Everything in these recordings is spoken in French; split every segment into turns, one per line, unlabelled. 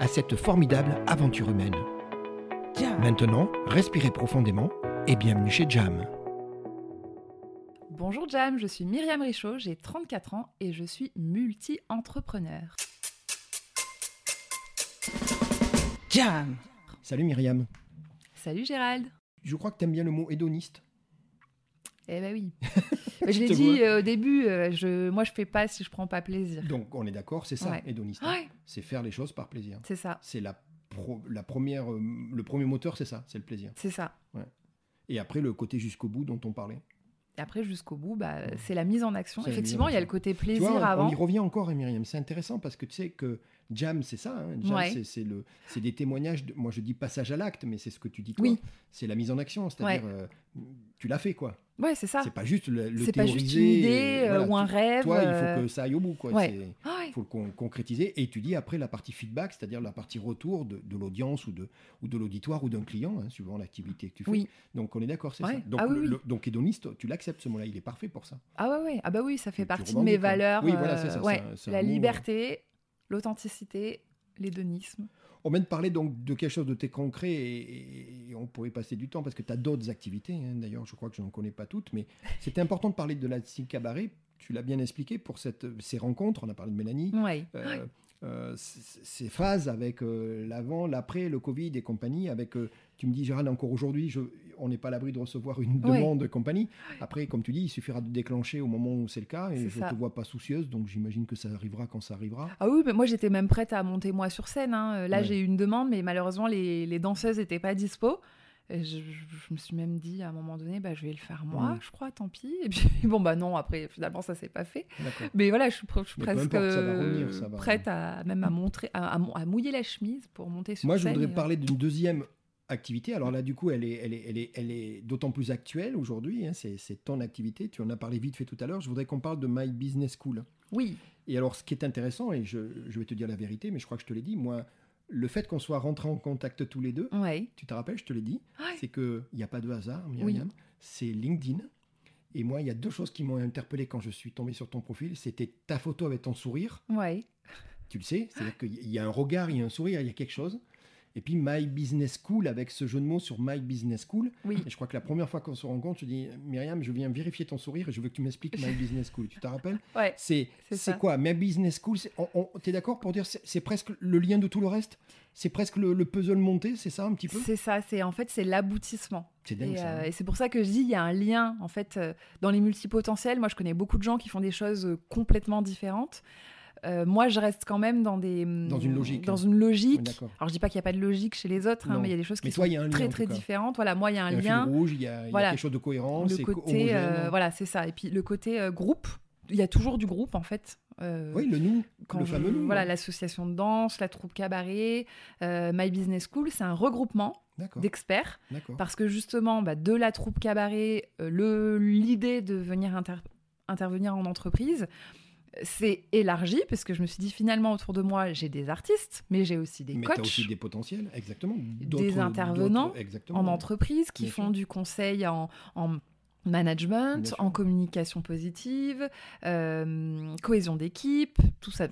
à cette formidable aventure humaine. Maintenant, respirez profondément et bienvenue chez Jam.
Bonjour Jam, je suis Myriam Richaud, j'ai 34 ans et je suis multi-entrepreneur.
Jam.
Salut Myriam.
Salut Gérald
Je crois que t'aimes bien le mot hédoniste.
Eh ben oui. Mais je
Je
l'ai
te
dit
vois.
euh, au début, euh, je, moi je fais pas si je prends pas plaisir.
Donc on est d'accord, c'est ça,
Ouais.
hédoniste. hein.
Ouais,
C'est faire les choses par plaisir.
c'est ça,
C'est la, pro- la première, euh, le premier moteur, c'est ça, c'est le plaisir.
c'est ça.
Et après, le côté jusqu'au bout dont on parlait.
Et après jusqu'au bout, bah,
Ouais.
c'est la mise en action.
C'est la mise en
Effectivement, il y a le
action.
côté
Tu
plaisir
vois, on- on,
avant.
y revient encore, hein, Myriam. C'est intéressant parce que tu sais que Jam, c'est ça. hein. Jam,
Ouais.
c'est- c'est le, c'est des témoignages. de- moi, je dis passage à l'acte, mais c'est ce que tu dis toi.
Oui.
C'est la mise en action, c'est-à-dire euh, tu l'as fait quoi.
Ouais, c'est ça.
C'est pas juste le, le
Ah. C'est pas juste une
théoriser,
idée
et
euh,
voilà,
ou un
tu-
rêve.
Toi, il
euh,
faut que ça aille au bout quoi.
ouais.
C'est-
ah ouais.
Il faut le con- concrétiser et tu dis après la partie feedback, c'est-à-dire la partie retour de, de l'audience ou de, ou de l'auditoire ou d'un client, hein, suivant l'activité que tu fais.
Oui.
Donc on est d'accord, c'est
Ouais.
ça. Donc,
Ah oui,
le-
oui.
le- donc hédoniste, tu l'acceptes ce mot-là, il est parfait pour ça.
Ah ouais, ouais. Ah bah oui, ça fait
Tu
partie de
revendiques,
mes
hein.
valeurs.
Oui, voilà, c'est ça,
euh,
c'est
ouais.
un- c'est un
La
mot, euh.
liberté, l'authenticité, l'hédonisme.
On vient de parler donc de quelque chose de très concret et, et- et on pourrait passer du temps parce que tu as d'autres activités. hein. D'ailleurs, je crois que je n'en connais pas toutes, mais c'était important de parler de la Tzig Cabaret. Tu l'as bien expliqué pour cette, ces rencontres. On a parlé de Mélanie.
Ouais.
euh, euh, c- c- ces phases avec euh, l'avant, l'après, le Covid et compagnie. Avec, euh, tu me dis, Gérald, encore aujourd'hui, je- on n'est pas à l'abri de recevoir une
Ouais.
demande de compagnie. Après, comme tu dis, il suffira de déclencher au moment où c'est le cas. Et
C'est
je ne
ça.
te vois pas soucieuse, donc j'imagine que ça arrivera quand ça arrivera.
Ah oui, mais moi j'étais même prête à monter moi sur scène. hein. Euh, Là
Ouais.
j'ai eu une demande, mais malheureusement les, les danseuses n'étaient pas dispo. Et je, je- je me suis même dit à un moment donné, bah, je vais le faire moi,
Mm.
je crois, tant pis. Et puis bon, bah non, après finalement ça s'est pas fait.
D'accord.
Mais voilà, je suis, pre- je suis
Mais peu importe,
presque
ça va
euh,
revenir, ça va.
prête à même à montrer, à, à mou- à mouiller la chemise pour monter sur
Moi, je
scène.
voudrais
et- euh,
parler d'une deuxième activité. Alors là, du coup, elle est, elle est, elle est, elle est d'autant plus actuelle aujourd'hui. hein. C'est c'est ton activité. Tu en as parlé vite fait tout à l'heure. Je voudrais qu'on parle de My Business School.
Oui,
Et alors, ce qui est intéressant, et je, je vais te dire la vérité, mais je crois que je te l'ai dit, moi, le fait qu'on soit rentrés en contact tous les deux,
ouais.
tu te rappelles, je te l'ai dit,
Ouais.
c'est qu'il n'y a pas de hasard, Myriam. C'est LinkedIn. Et moi, il y a deux choses qui m'ont interpellé quand je suis tombé sur ton profil. C'était ta photo avec ton sourire
Ouais.
tu le sais, c'est-à-dire qu'il y a un regard, il y a un sourire, il y a quelque chose. Et puis My Business School, avec ce jeu de mots sur My Business School.
Oui.
Et je crois que la première fois qu'on se rencontre, je dis Myriam, je viens vérifier ton sourire et je veux que tu m'expliques My Business School. Tu te rappelles
Ouais.
C'est
C'est ça.
c'est quoi My Business School c'est- on- on- T'es d'accord pour dire c'est c'est presque le lien de tout le reste C'est presque le, le puzzle monté, c'est ça un petit peu
C'est ça, c'est en fait c'est l'aboutissement.
C'est dingue
Et,
ça.
euh,
hein.
et c'est pour ça que je dis, il y a un lien, en fait, euh, dans les multipotentiels. Moi, je connais beaucoup de gens qui font des choses euh, complètement différentes. Euh, moi, je reste quand même dans des... mm,
Dans une logique,
Dans
hein.
une
Ouais,
logique.
d'accord.
Alors, je dis pas qu'il n'y a pas de logique chez les autres, hein,
Non.
mais il y a des choses qui
Mais toi, il y a un
sont
lien.
très,
en
très
tout cas.
différentes. Voilà, moi, il y a un
Il y a
lien,
fil rouge, il y a, il y a
Voilà.
quelque chose de cohérent,
le
c'est co-
côté...
homogène. hein.
euh, voilà, c'est ça. Et puis, le côté euh, groupe, il y a toujours du groupe, en fait. Euh,
Oui, le nous,
quand
le
je-
fameux nous.
Voilà,
hein.
l'association de danse, la troupe cabaret, euh, My Business School, c'est un regroupement
D'accord.
d'experts
D'accord.
Parce que justement, bah, de la troupe cabaret, euh, le- l'idée de venir inter- intervenir en entreprise euh, s'est élargie, parce que je me suis dit finalement autour de moi, j'ai des artistes, mais j'ai aussi des
Mais tu
coachs
as aussi des potentiels, exactement.
Des intervenants
d'autres- exactement.
en entreprise qui
Bien
font
sûr.
du conseil en, en
Bien
management,
sûr.
en communication positive, euh, cohésion d'équipe, tout ça.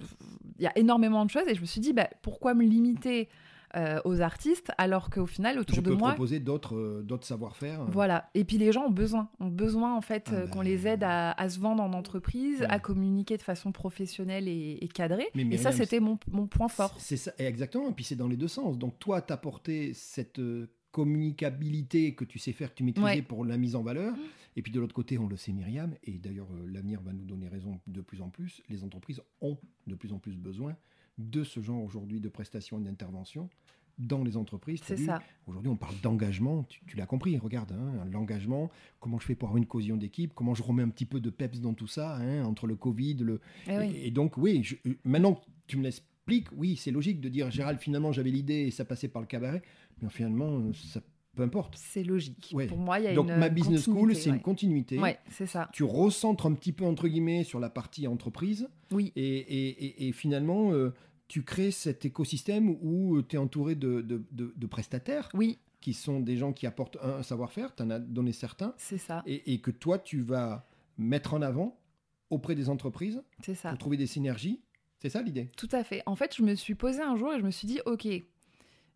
Il y a énormément de choses et je me suis dit, bah, pourquoi me limiter euh, aux artistes, alors qu'au final, autour
Je
de
peux
moi,
proposer d'autres euh, d'autres savoir-faire.
voilà. Et puis les gens ont besoin, ont besoin en fait
Ah
euh,
bah,
qu'on les aide à, à se vendre en entreprise,
ouais.
à communiquer de façon professionnelle et, et cadrée.
Mais
et ça,
Myriam,
c'était mon, mon point fort.
C'est ça, et exactement. Et puis c'est dans les deux sens. Donc toi, t'apporter cette euh, communicabilité que tu sais faire, que tu maîtrises
Ouais. Mmh.
pour la mise en valeur. Et puis de l'autre côté, on le sait, Myriam, et d'ailleurs euh, l'avenir va nous donner raison de plus en plus, les entreprises ont de plus en plus besoin de ce genre aujourd'hui de prestations et d'interventions dans les entreprises. T'as
C'est
vu,
ça.
Aujourd'hui, on parle d'engagement, tu, tu l'as compris, regarde, hein, l'engagement, comment je fais pour avoir une cohésion d'équipe, comment je remets un petit peu de peps dans tout ça, hein, entre le Covid, le,
Eh oui.
et donc, oui, je- euh, maintenant que tu me l'expliques, oui, c'est logique de dire Gérald, finalement, j'avais l'idée et ça passait par le cabaret. Mais finalement, euh, ça, peu importe.
C'est logique.
Ouais.
Pour moi, il y a
Donc,
une
ma business school,
continuité,
c'est
ouais.
une continuité.
Ouais, c'est ça.
Tu recentres un petit peu, entre guillemets, sur la partie entreprise.
Oui.
Et, et- et- et finalement, euh, tu crées cet écosystème où tu es entouré de, de- de- de prestataires
Oui,
qui sont des gens qui apportent un, un savoir-faire, tu en as donné certains,
c'est ça.
et, et que toi, tu vas mettre en avant auprès des entreprises
C'est ça.
pour trouver des synergies. C'est ça l'idée
Tout à fait. En fait, je me suis posée un jour et je me suis dit, ok,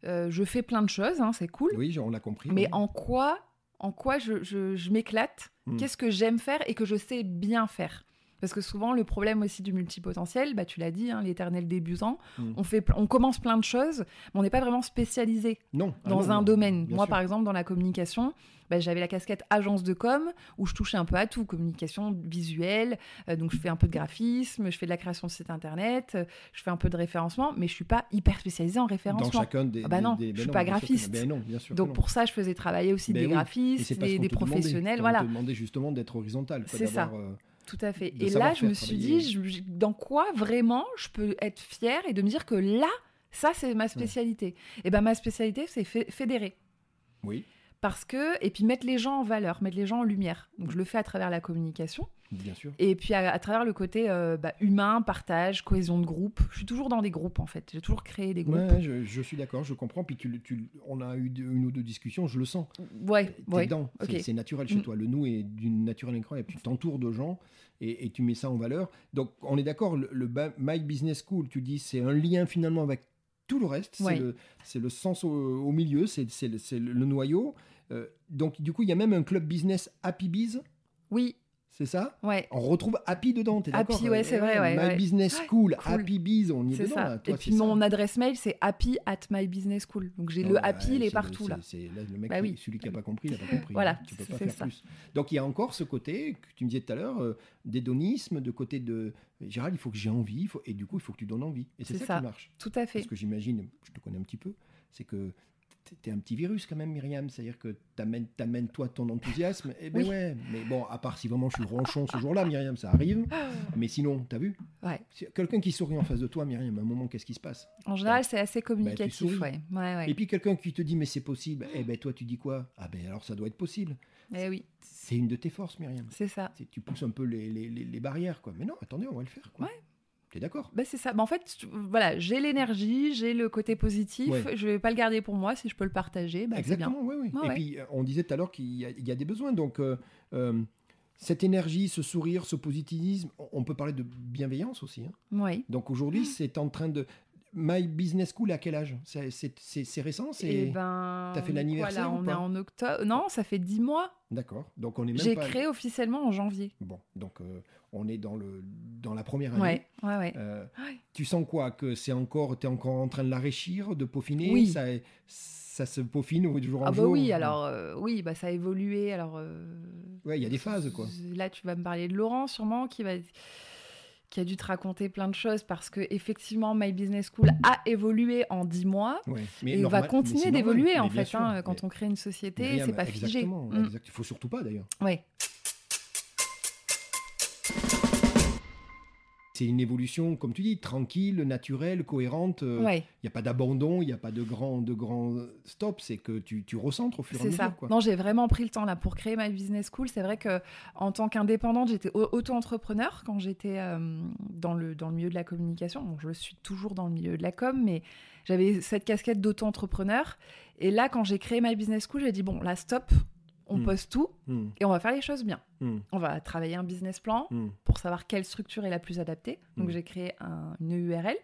euh, je fais plein de choses, hein, c'est cool,
Oui, on l'a compris.
mais
oui.
en quoi, en quoi je, je- je m'éclate
Hmm.
Qu'est-ce que j'aime faire et que je sais bien faire Parce que souvent, le problème aussi du multipotentiel, bah, tu l'as dit, hein, l'éternel débutant,
Hmm.
on, fait, pl- on commence plein de choses, mais on n'est pas vraiment spécialisé
non, ah
dans
non,
un
non,
domaine.
bien
Moi,
sûr.
par exemple, dans la communication, bah, j'avais la casquette agence de com, où je touchais un peu à tout, communication visuelle, euh, donc je fais un peu de graphisme, je fais de la création de sites internet, euh, je fais un peu de référencement, mais je suis pas hyper spécialisée en
dans
référencement.
chacun des.
Ah bah
des-
non,
des-
je
ben
suis
non,
pas
bien sûr que-
graphiste.
ben non, bien sûr. que
Donc
non.
pour ça, je faisais travailler aussi
Ben
des
oui. Et
graphistes,
c'est pas ce
des,
qu'on
des
te demandait.
professionnels,
On
voilà,
te demandait justement d'être horizontal. quoi,
C'est ça.
d'avoir, euh,
tout à fait.
de
Et
savoir
là, je
faire
me suis
travailler.
dit, je- je- dans quoi vraiment je peux être fière et de me dire que là, ça, c'est ma spécialité. Et ben ma spécialité, c'est fé- fédérer.
Oui,
parce que et puis mettre les gens en valeur, mettre les gens en lumière. Donc je le fais à travers la communication
bien sûr.
et puis à, à travers le côté euh, bah, humain, partage, cohésion de groupe. Je suis toujours dans des groupes en fait. J'ai toujours créé des groupes.
Ouais, je, je suis d'accord, je comprends. Puis tu, le- tu le- on a eu deux- une ou deux discussions, je le sens.
Ouais,
T'es
ouais.
dedans, c'est-
ok.
c'est naturel chez
Mm.
toi. Le nous est d'une nature incroyable. Tu t'entoures de gens et, et tu mets ça en valeur. Donc on est d'accord, le, le ba- My Business School, tu dis, c'est un lien finalement avec tout le reste. C'est
Ouais.
le- C'est le, sens au, au milieu, c'est c'est le, c'est le- le noyau. Euh, donc du coup, il y a même un club business Happy Biz,
Oui,
c'est ça
ouais.
on retrouve Happy dedans, t'es
Happy,
d'accord Euh,
ouais, c'est vrai, ouais,
My
ouais.
Business School,
cool.
Happy Biz, on y est,
C'est
dedans.
ça.
là. Toi,
et puis
c'est ça.
mon adresse mail c'est happy at my business school. Donc j'ai le
Ouais,
happy, il
bah, c'est
est
le-
partout
c'est-
là.
c'est- là, le mec,
Bah
qui-
oui.
celui qui n'a pas compris, il n'a pas compris.
Voilà,
hein. tu peux pas
c'est
faire
ça.
plus. Donc il y a encore ce côté que tu me disais tout à l'heure, euh, d'hédonisme, de côté de Gérald, il faut que j'ai envie, il faut- et du coup, il faut que tu donnes envie. Et c'est
C'est
ça,
ça.
qui marche.
Tout à fait.
Parce que j'imagine, je te connais un petit peu, c'est que tu es un petit virus quand même, Myriam. C'est-à-dire que t'amènes, t'amènes toi ton enthousiasme. Eh ben
Oui.
ouais, mais bon, à part si vraiment je suis ronchon ce jour-là, Myriam, ça arrive. Mais sinon, t'as vu
Ouais.
Si- Quelqu'un qui sourit en face de toi, Myriam, à un moment, qu'est-ce qui se passe
En général, c'est assez communicatif,
Bah, souris.
ouais. Ouais, Mm. ouais.
et puis quelqu'un qui te dit mais c'est possible, eh ben toi tu dis quoi Ah ben alors ça doit être possible.
Eh oui,
C'est une de tes forces Myriam.
c'est ça.
C'est- Tu pousses un peu les, les- les- les barrières quoi. Mais non, attendez, on va le faire quoi. T'es d'accord
Bah, c'est ça. Bah, en fait, tu- voilà, j'ai l'énergie, j'ai le côté positif.
Ouais.
Je vais pas le garder pour moi. Si je peux le partager, bah, c'est bien.
Exactement, oui, oui.
Ouais,
Et
ouais.
puis euh, on disait tout à l'heure qu'il y, a- il y a des besoins. Donc euh, euh, cette énergie, ce sourire, ce positivisme, on- on peut parler de bienveillance aussi. hein.
Oui.
Donc
Mm.
aujourd'hui c'est en train de... My Business School à quel âge C'est- C'est c'est- c'est récent
Et
c'est...
Eh ben.
t'as fait l'anniversaire
voilà,
ou
on est
pas
en octobre. Non, ça fait dix mois.
D'accord. Donc on est même
J'ai
pas...
créé officiellement en janvier.
Bon, donc euh, on est dans, le, dans la première année.
Ouais, ouais, ouais.
Euh,
Ouais.
tu sens quoi Que c'est encore, t'es encore en train de l'enrichir, de peaufiner
Oui.
ça, ça se peaufine au jour en
Ah bah
jour
oui, alors euh, oui, bah ça a évolué. Alors. euh,
Ouais, il y a des phases, quoi.
Là, tu vas me parler de Laurent sûrement qui va qui a dû te raconter plein de choses parce que effectivement, My Business School a évolué en dix mois.
Ouais, mais
et
normal-
va
mais
continuer
c'est normal,
d'évoluer
mais
en
bien
fait.
sûr,
hein, quand
mais-
on crée une société,
Myriam,
c'est pas figé.
Exactement,
Mm.
exact. Il faut surtout pas d'ailleurs.
Ouais.
C'est une évolution, comme tu dis, tranquille, naturelle, cohérente. euh, Il
ouais,
n'y a pas d'abandon, il n'y a pas de grand, de grand euh, stop. C'est que tu, tu recentres au fur et à
c'est
mesure.
ça.
quoi.
Non, j'ai vraiment pris le temps là pour créer ma business school. C'est vrai que en tant qu'indépendante, j'étais au- auto-entrepreneur quand j'étais euh, dans le dans le milieu de la communication. Bon, je le suis toujours dans le milieu de la com, mais j'avais cette casquette d'auto-entrepreneur. Et là, quand j'ai créé ma business school, j'ai dit bon, là stop, on
Mm.
pose tout
Hmm,
et on va faire les choses bien.
hmm,
On va travailler un business plan,
hmm.
pour savoir quelle structure est la plus adaptée. Donc
Mm.
j'ai créé un- une URL.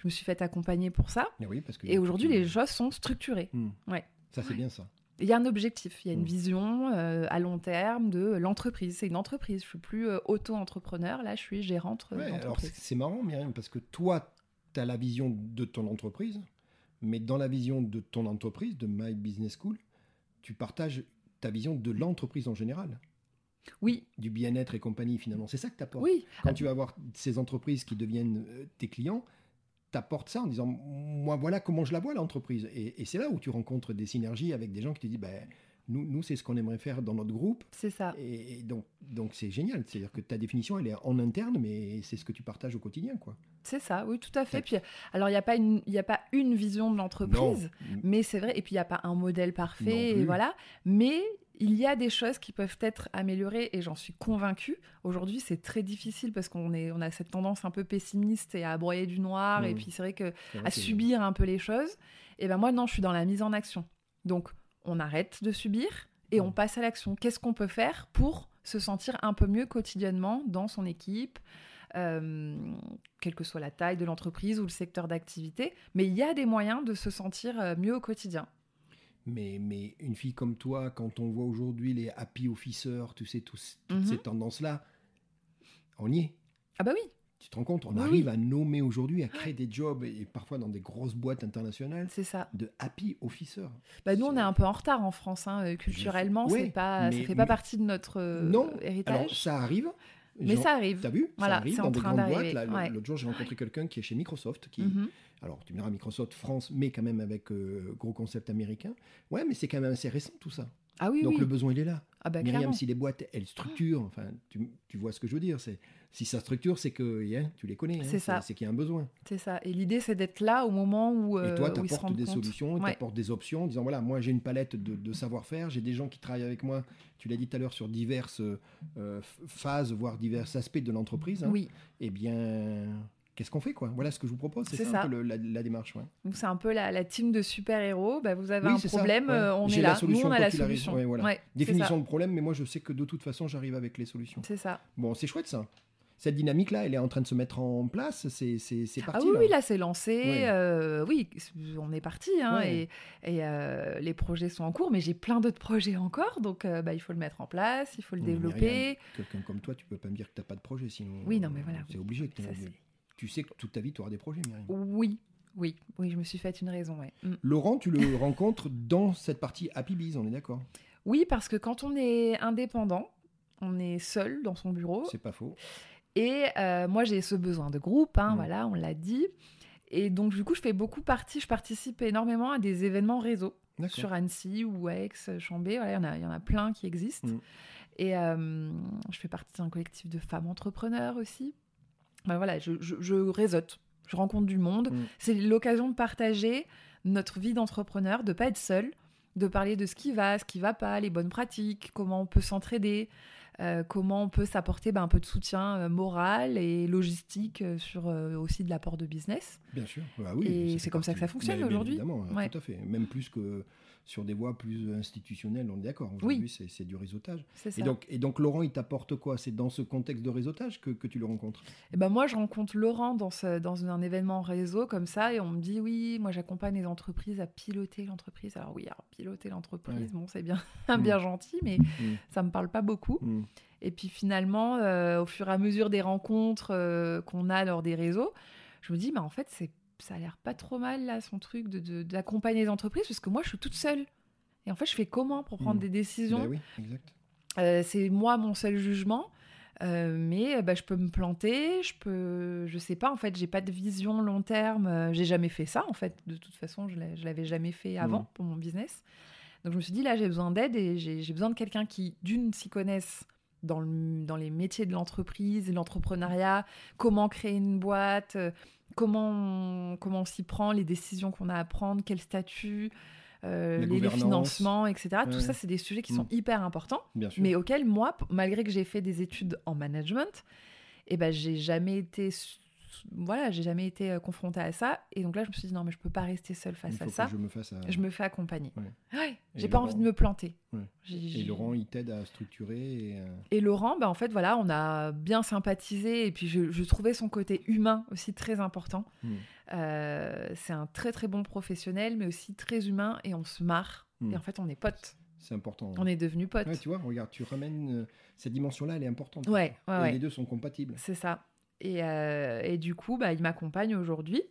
Je me suis fait accompagner pour ça.
Ah oui, parce que-
Et aujourd'hui, les choses sont structurées.
Hmm.
Ouais.
Ça, c'est bien ça.
Il y a un objectif, il y a une
Mm.
vision euh, à long terme de l'entreprise. C'est une entreprise. Je suis plus euh, auto-entrepreneur. Là, je suis gérante euh,
Ouais, alors, c'est
d'entreprise.
c'est marrant, Myriam, parce que toi, tu as la vision de ton entreprise, mais dans la vision de ton entreprise, de My Business School, tu partages ta vision de l'entreprise en général,
Oui,
du bien-être et compagnie, finalement. C'est ça que tu apportes.
oui.
Quand tu vas voir ces entreprises qui deviennent euh, tes clients, t'apportes ça en disant moi voilà comment je la vois l'entreprise et, et c'est là où tu rencontres des synergies avec des gens qui te disent ben nous, nous c'est ce qu'on aimerait faire dans notre groupe
C'est ça.
et, et donc donc c'est génial c'est à dire que ta définition elle est en interne mais c'est ce que tu partages au quotidien quoi
C'est ça, oui, tout à fait. Puis, alors, il n'y a, pas une- il y a pas une vision de l'entreprise, mais c'est vrai. Et puis, il n'y a pas un modèle
Non
parfait, et
plus.
voilà. Mais il y a des choses qui peuvent être améliorées, et j'en suis convaincue. Aujourd'hui, c'est très difficile parce qu'on est- on a cette tendance un peu pessimiste et à broyer du noir. Et
Mm.
puis, c'est vrai que
C'est vrai
à
que-
subir un peu les choses. Et ben moi, non, je suis dans la mise en action. Donc, on arrête de subir et on
Mm.
passe à l'action. Qu'est-ce qu'on peut faire pour se sentir un peu mieux quotidiennement dans son équipe, euh, quelle que soit la taille de l'entreprise ou le secteur d'activité Mais il y a des moyens de se sentir euh, mieux au quotidien.
mais mais une fille comme toi quand on voit aujourd'hui les happy officers tu sais tous toutes
Mhm.
ces tendances là on y est
Ah bah oui,
tu te rends compte on
Oui,
arrive à nommer aujourd'hui à créer des jobs et parfois dans des grosses boîtes internationales
c'est ça.
de happy officer
Bah nous, on
C'est-
est un peu en retard en France, hein, euh, culturellement,
Oui,
c'est pas,
mais-
ça fait pas
mais-
partie de notre euh,
Non,
héritage.
Alors, ça arrive.
mais
Genre,
ça arrive.
T'as vu
Voilà,
Ça arrive
c'est
dans
en
des
train
grandes boîtes.
d'arriver,
Là, le-
ouais.
L'autre jour, j'ai rencontré quelqu'un qui est chez Microsoft. Qui,
Mhm.
Alors, tu me diras Microsoft France, mais quand même avec euh, gros concept américain. Ouais, mais c'est quand même assez récent tout ça.
Ah oui,
Donc,
oui.
le besoin, il est là.
Ah bah
Myriam,
clairement.
si les boîtes, elles structurent, enfin, tu, tu vois ce que je veux dire. c'est Si ça structure, c'est que hein, tu les connais. hein,
C'est ça.
C'est qu'il y a un besoin.
C'est ça. Et l'idée, c'est d'être là au moment où,
et
euh,
toi,
où ils se
t'apportes
rendent
des
compte.
solutions,
Ouais.
t'apportes des options en disant voilà, moi j'ai une palette de, de savoir-faire, j'ai des gens qui travaillent avec moi, tu l'as dit tout à l'heure, sur diverses euh, euh, phases, voire divers aspects de l'entreprise. hein.
Oui.
eh bien, qu'est-ce qu'on fait quoi Voilà ce que je vous propose, c'est
C'est
ça,
ça.
un peu le- la, la démarche. ouais.
Donc c'est un peu la, la team de super-héros. Bah, vous avez
Oui,
un
c'est ça.
problème,
Ouais.
euh, on
J'ai
est
la
là. Nous,
solution,
on a
quoi
la
qu'il arrive.
solution.
Ouais, voilà.
Ouais, c'est ça.
Définition de problème, mais moi je sais que de toute façon j'arrive avec les solutions.
C'est ça.
Bon, c'est chouette ça. Cette dynamique-là, elle est en train de se mettre en place, c'est c'est- c'est
Ah
parti.
oui,
là.
oui, là, c'est lancé.
Ouais.
euh, oui, c'est- on est parti. hein,
Ouais.
Et, et, euh, les projets sont en cours, mais j'ai plein d'autres projets encore. Donc, euh, bah, il faut le mettre en place, il faut le
Mais Myriam,
développer.
Quelqu'un comme toi, tu peux pas me dire que t'as pas de projet, sinon.
Oui, non, mais voilà,
C'est
oui.
obligé. Que t'aies
Ça,
un-
c'est- Oh.
tu sais que toute ta vie, tu auras des projets, Myriam.
Oui, oui, oui, je me suis faite une raison. ouais. Mm.
Laurent, tu le rencontres dans cette partie Happy Bees, on est d'accord
Oui, parce que quand on est indépendant, on est seul dans son bureau.
C'est pas faux.
Et euh, moi, j'ai ce besoin de groupe, hein,
Mm.
voilà, on l'a dit. Et donc, du coup, je fais beaucoup partie, je participe énormément à des événements réseau
D'accord.
sur Annecy ou Aix, Chambé, voilà, il y en a- il y, en a plein qui existent.
Mm.
Et euh, je fais partie d'un collectif de femmes entrepreneurs aussi. Ben voilà, je, je, je réseaute, je rencontre du monde.
Mm.
C'est l'occasion de partager notre vie d'entrepreneur, de pas être seul, de parler de ce qui va, ce qui va pas, les bonnes pratiques, comment on peut s'entraider, euh, comment on peut s'apporter ben, un peu de soutien euh, moral et logistique euh, sur euh, aussi de l'apport de business.
Bien sûr. Bah oui,
Et
fait
c'est comme ça que ça
partie.
fonctionne
Mais bien
aujourd'hui.
Évidemment, euh,
Ouais.
tout à fait. Même plus que sur des voies plus institutionnelles, on est d'accord. Aujourd'hui, c'est- c'est du réseautage.
C'est ça.
Et donc, et donc, Laurent, il t'apporte quoi C'est dans ce contexte de réseautage que, que tu le rencontres
Et ben moi, je rencontre Laurent dans, ce- dans un événement réseau comme ça, et on me dit oui, moi j'accompagne les entreprises à piloter l'entreprise. Alors oui, alors piloter l'entreprise, bon c'est bien, bien gentil, mais ça me parle pas beaucoup.
Mm.
Et puis finalement, euh, au fur et à mesure des rencontres euh, qu'on a lors des réseaux, je me dis bah en fait c'est ça a l'air pas trop mal là son truc de- de- d'accompagner les entreprises parce que moi je suis toute seule. Et en fait, je fais comment pour prendre
Mm.
des décisions
Bah oui, exact.
euh, c'est moi mon seul jugement. euh, mais euh, bah, je peux me planter, je peux, je sais pas en fait, j'ai pas de vision long terme, euh, j'ai jamais fait ça en fait. De toute façon, je l'ai- je l'avais jamais fait avant
Mhm.
pour mon business. Donc je me suis dit là, j'ai besoin d'aide et j'ai j'ai besoin de quelqu'un qui d'une s'y connaisse dans le- dans les métiers de l'entreprise, l'entrepreneuriat, comment créer une boîte, euh, comment on- comment on s'y prend, les décisions qu'on a à prendre, quel statut, euh,
La
les, les
gouvernance.
financements, etc. Tout
Ouais.
ça, c'est des sujets qui
Mhm.
sont hyper importants
Bien sûr.
mais auquel moi, p- malgré que j'ai fait des études en management, eh ben j'ai jamais été s- voilà, j'ai jamais été euh, confrontée à ça. Et donc là, je me suis dit, non, mais je peux pas rester seule
Il
face
faut
à
que
ça.
je me fasse à-
Je... me fais accompagner. Ouais.
Et
j'ai pas
Laurent-
envie de me planter.
Ouais.
J'ai-
Et
j'ai-
Laurent, il t'aide à structurer. Et, euh,
Et Laurent, bah, en fait, voilà, on a bien sympathisé. Et puis, je, je trouvais son côté humain aussi très important.
Mm.
Euh, c'est un très, très bon professionnel, mais aussi très humain. Et on se marre.
Mm.
Et en fait, on est potes.
C'est important.
On est devenus potes.
Ouais, tu vois, regarde, tu ramènes euh, cette dimension-là, elle est importante.
Ouais, ouais,
Et
ouais.
les deux sont compatibles.
C'est ça. Et, euh, et du coup, bah, il m'accompagne aujourd'hui.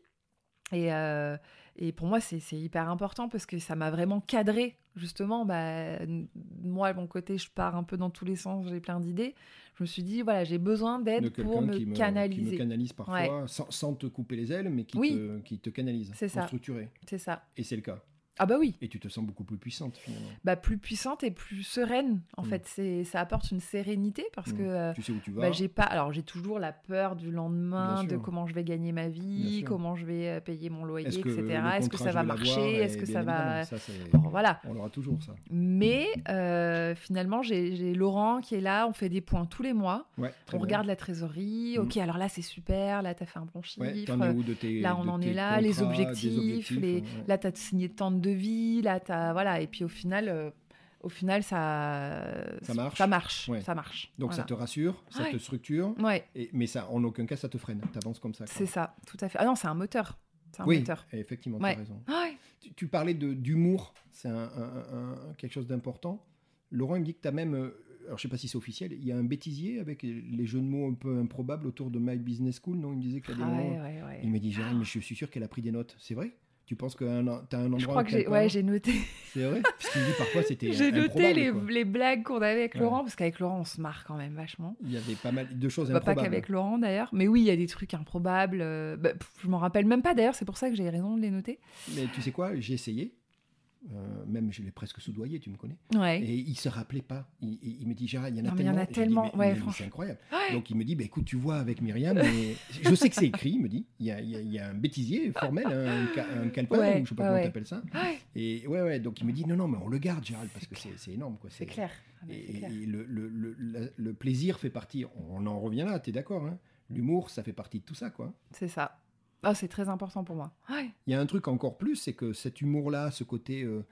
Et, euh, et pour moi, c'est c'est hyper important parce que ça m'a vraiment cadré. Justement, bah, n- moi, de mon côté, je pars un peu dans tous les sens, j'ai plein d'idées. Je me suis dit, voilà, j'ai besoin
De
d'aide pour
quelqu'un
me,
qui me, qui me
canaliser.
canalise parfois, sans, sans te couper les ailes, mais qui,
Oui.
te, qui te canalise.
C'est
pour
ça.
Structurer.
C'est ça.
Et c'est le cas.
Ah bah oui,
Et tu te sens beaucoup plus puissante finalement.
bah, plus puissante et plus sereine. En
Mm.
fait, c'est ça apporte une sérénité parce
Mm.
que euh,
Tu sais où tu vas.
Bah, j'ai pas. Alors j'ai toujours la peur du lendemain,
Bien
de
sûr.
comment je vais gagner ma vie,
sûr.
comment je vais euh, payer mon loyer,
Est-ce que,
etc.
le
Est-ce
contrat,
que ça
je
va
vais l'avoir
marcher
Et
Est-ce que
bien
ça va
évidemment, ça, c'est-
Bon, voilà.
On l'aura toujours ça.
Mais euh, finalement, j'ai j'ai Laurent qui est là. On fait des points tous les mois.
Ouais, très
on
bien.
regarde la trésorerie.
Mm.
Ok, alors là c'est super. Là t'as fait un bon chiffre.
Ouais, t'en es où de tes-
là, on
de
en
tes
est là, les
contrats, des
objectifs, les-
ouais.
Là t'as signé tant de devis. Là t'as voilà. Et puis au final, euh, au final ça
Ça marche.
Ça marche.
Ouais.
Ça marche.
Donc ça te rassure, ça
Ouais.
te structure,
Ouais,
et- mais ça, en aucun cas, ça te freine. T'avances comme ça. quoi.
c'est ça. Tout à fait. Ah non, c'est un moteur. C'est un
oui,
moteur.
effectivement,
Ouais.
t'as raison.
Ah ouais.
Tu, tu parlais de- d'humour, c'est un- un- un- un- quelque chose d'important. Laurent, il me dit que tu as même, euh, alors je sais pas si c'est officiel, il y a un bêtisier avec les jeux de mots un peu improbables autour de My Business School, non Il me disait que t'as des
Ah
moments-
ouais, ouais, ouais.
Il me dit, Jérôme, mais je suis sûr qu'elle a pris des notes. C'est vrai Tu penses que tu as un endroit
Je crois
où
que
t'as
j'ai
pas-
ouais, j'ai noté,
C'est vrai Parce qu'il me dit parfois c'était
j'ai noté
improbable,
les,
quoi.
les blagues qu'on avait avec
Ouais.
Laurent, parce qu'avec Laurent, on se marre quand même vachement.
Il y avait pas mal de choses
Bah, pas
improbables.
qu'avec Laurent d'ailleurs, mais oui, il y a des trucs improbables. euh, bah, pff, je m'en rappelle même pas d'ailleurs, c'est pour ça que j'ai raison de les noter.
Mais tu sais quoi J'ai essayé. Euh, même je l'ai presque soudoyé, tu me connais.
Ouais.
Et il se rappelait pas. Il, il- il me dit Gérard, il y en a
Non, mais il y
tellement.
en a
Et je lui dis,
tellement,
mais-
ouais,
mais- mais
franchement.
c'est incroyable.
Ouais.
Donc il me dit, bah, écoute, tu vois avec Myriam, mais- je sais que c'est écrit, il me dit. Il y a, il y a- il y a un bêtisier formel, hein, un, ca- un calepin,
Ouais,
ou je sais pas
ouais,
comment
ouais.
t'appelles ça.
Ouais,
Et ouais, ouais. Donc il me dit, non, non, mais on le garde, Gérald, parce que c'est c'est énorme, quoi.
c'est clair. Ah, mais c'est
Et,
clair.
et le, le- le- la- le plaisir fait partie, on en revient là, t'es d'accord hein L'humour, ça fait partie de tout ça, quoi.
C'est ça. Ah, c'est très important pour moi. Ouais.
Il y a un truc encore plus, c'est que cet humour-là, ce côté, euh,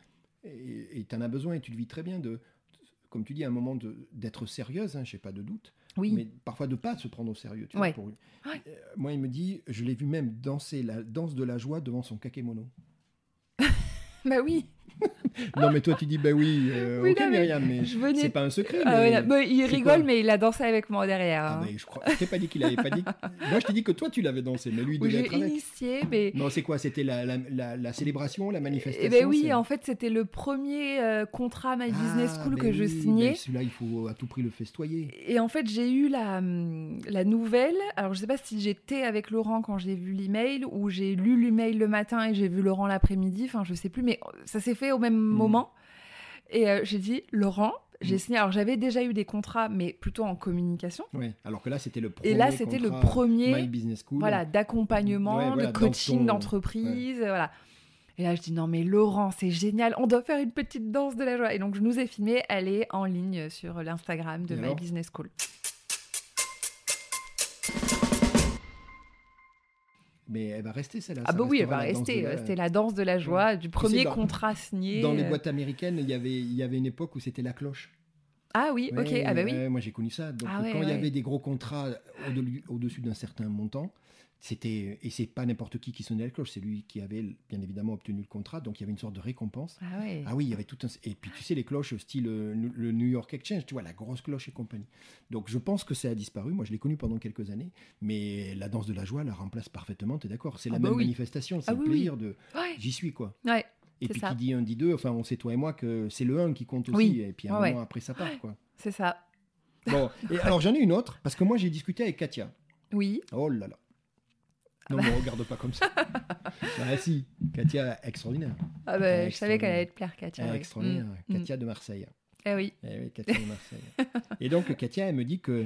et et t'en as besoin et tu le vis très bien, de, comme tu dis, à un moment de- d'être sérieuse, hein, j'ai pas de doute,
Oui.
mais parfois de pas se prendre au sérieux. Tu vois,
Ouais.
pour- Euh, moi, il me dit, je l'ai vu même danser la danse de la joie devant son kakémono.
Bah oui.
non, mais toi, tu dis, bah oui, euh,
Oui,
ok,
non, mais
Myriam, mais
je venais-
c'est pas un secret.
Ah,
mais-
ouais, bah, il
c'est
rigole,
quoi
mais il a dansé avec moi derrière.
Ah,
hein.
mais je crois, je t'ai pas dit qu'il avait pas dit. Moi, je t'ai dit que toi, tu l'avais dansé, mais lui, il
Où
devait
j'ai
être avec.
initié, mais
Non, c'est quoi C'était la, la- la- la célébration, la manifestation
Eh ben oui,
c'est-
en fait, c'était le premier euh, contrat My Business
Ah,
School
ben
que je
oui,
signais.
mais Celui-là, il faut à tout prix le festoyer.
Et en fait, j'ai eu la, hum, la nouvelle. Alors, je sais pas si j'étais avec Laurent quand j'ai vu l'email ou j'ai lu l'email le matin et j'ai vu Laurent l'après-midi. Enfin, je sais plus, mais ça s'est fait au même
Hmm.
moment. Et euh, j'ai dit, Laurent, j'ai
Mhm.
signé. Alors, j'avais déjà eu des contrats, mais plutôt en communication.
Ouais. Alors que là, c'était le premier.
Et là, c'était le
contrat My
premier
Business School.
voilà, d'accompagnement,
Ouais, voilà,
de
dans
coaching
ton-
d'entreprise. euh, Voilà. Et là, je dis, non, mais Laurent, c'est génial. On doit faire une petite danse de la joie. Et donc, je nous ai filmé. Elle est en ligne sur l'Instagram de
Et
My
alors
Business School.
Mais elle va rester celle-là.
Ah
ça
bah oui, elle va
restera la danse
rester.
de la-
C'était la danse de la joie du premier
dans-
contrat signé.
Dans les
euh.
boîtes américaines, il y avait, il y avait une époque où c'était la cloche.
Ah oui, ok,
Ouais,
ah bah oui.
ouais, moi j'ai connu ça. Donc
Ah ouais,
quand il y
ouais.
avait des gros contrats au-delu- au-dessus d'un certain montant, c'était et c'est pas n'importe qui qui sonnait la cloche, c'est lui qui avait bien évidemment obtenu le contrat, donc il y avait une sorte de récompense.
Ah ouais.
Ah oui, il y avait tout un et puis tu sais les cloches style euh, nu- le New York Exchange, tu vois la grosse cloche et compagnie. Donc je pense que ça a disparu. Moi je l'ai connu pendant quelques années, mais la danse de la joie la remplace parfaitement. T'es d'accord C'est la
Ah bah
même
oui.
manifestation, c'est
Ah
le
oui, oui.
plaisir de
Ouais,
j'y suis quoi.
ouais,
Et
C'est
puis
ça.
qui dit un dit deux, enfin on sait toi et moi que c'est le un qui compte aussi.
Oui.
Et puis à un
Ouais,
moment après ça part quoi.
c'est ça.
Bon, et alors j'en ai une autre, parce que moi j'ai discuté avec Katia.
Oui.
Oh là là.
Ah
Non, me regarde pas comme ça. bah si, Katia extraordinaire.
Ah bah,
Ouais,
je savais qu'elle
extraordinaire.
allait te plaire, Katia.
Eh,
oui.
extraordinaire.
Mm, mm.
Katia de Marseille.
Eh oui.
Eh oui, Katia de Marseille. et donc Katia, elle me dit que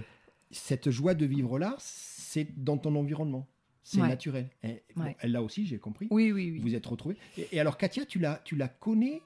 cette joie de vivre là, c'est dans ton environnement. C'est
Ouais.
naturel. Et, bon,
Ouais.
elle, là aussi, j'ai compris.
Oui, oui, oui.
Vous êtes retrouvés. Et, et alors Katia, tu la, tu la connais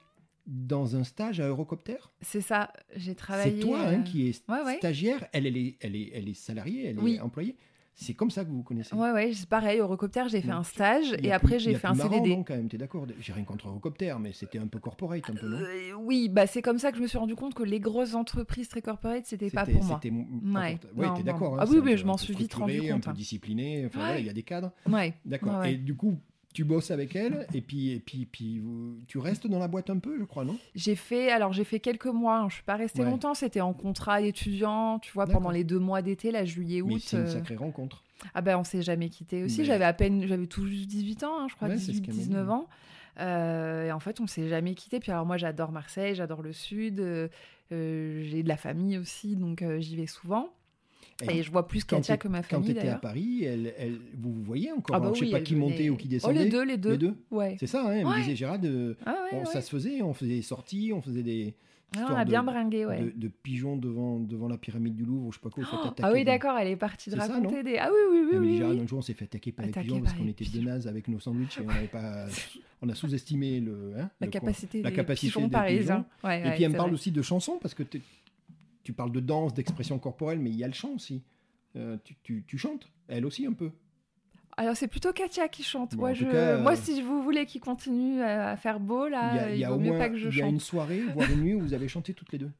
dans un stage à Eurocopter
C'est ça, j'ai travaillé.
C'est toi hein,
euh,
qui est
ouais, ouais.
stagiaire, elle, elle, est, elle, est, elle est salariée, elle
Oui.
est employée. C'est comme ça que vous vous connaissez.
Ouais, ouais, c'est pareil. Au Recopter, j'ai fait
Donc,
un stage
Il y
et
a
après,
plus- il y
j'ai
a
fait un
plus marrant,
CDD.
non, quand même, t'es d'accord J'ai rien contre Eurocopter, mais c'était un peu corporate, un peu, non
Euh, oui, bah, c'est comme ça que je me suis rendu compte que les grosses entreprises très corporate, c'était pas pour moi.
C'était mou-
Ouais,
important. Ouais,
non,
t'es
non.
d'accord. hein,
Ah
c'est
oui,
un
mais
peu-
je m'en
un peu
suis vite rendu
structuré,
compte,
Un
hein.
peu discipliné. Enfin,
Ouais.
voilà, il y a des cadres.
Ouais.
D'accord.
Ouais, ouais.
Et du coup, tu bosses avec elle, et puis, et puis, puis vous- tu restes dans la boîte un peu, je crois, non
J'ai fait, alors j'ai fait quelques mois, hein, je suis pas restée
Ouais.
longtemps, c'était en contrat étudiant, tu vois, pendant
D'accord.
les deux mois d'été, là, juillet, août.
Mais c'est une
euh,
sacrée rencontre.
Ah ben, on s'est jamais quitté aussi.
Mais-
J'avais à peine, j'avais tout juste 18 ans, hein, je crois,
Ouais, c'est ce
18,
qu'elle m'a dit.
19 ans. Euh, et en fait, on s'est jamais quitté. Puis alors, moi, j'adore Marseille, j'adore le Sud, euh, euh, j'ai de la famille aussi, donc euh, j'y vais souvent.
Et
Et, je vois plus
quand
Katia
t'es-
que ma
Quand tu
famille
étais à
d'ailleurs.
Paris, elle, elle- vous vous voyez encore
Ah bah
hein, Je sais
oui,
pas
elle
qui montait
venait-
ou qui
Oh,
descendait.
les deux, les deux.
Les deux
Ouais.
C'est ça, hein, elle me
Ouais.
disait Gérald, euh,
Ah ouais,
on-
ouais.
ça se faisait, on faisait des sorties, on faisait des
Ah, on
histoires
a
de-
bien bringué, ouais.
de, de pigeons devant, devant la pyramide du Louvre, je sais pas quoi, vous faites attaquer
Ah oui,
des-
d'accord, elle est partie de
C'est ça,
raconter des. Ah oui, oui, oui,
Elle me dit,
oui.
Gérald,
oui.
un jour, on s'est fait attaquer par les
Attaqué
pigeons
par
parce qu'on
les
était de
pigeons.
nazes avec nos sandwichs et on, avait pas, on a sous-estimé le, hein,
La
le coin.
capacité
la
des
capacité
pigeons
des
parisiens. hein. Ouais,
Et
ouais,
puis elle me
c'est
parle
vrai.
aussi de chansons parce que t'es- tu parles de danse, d'expression corporelle, mais il y a le chant aussi. Euh, tu, tu- tu chantes, elle aussi un peu.
Alors c'est plutôt Katia qui chante.
Bon, en
moi,
tout
je...
cas,
moi,
euh,
si vous voulez qu'il continue à à faire beau,
il y a,
là,
il
Ah, il,
y a
vaut
au
mieux
moins
pas que je
il y a
chante.
une soirée, voire une nuit où vous avez chanté toutes les deux.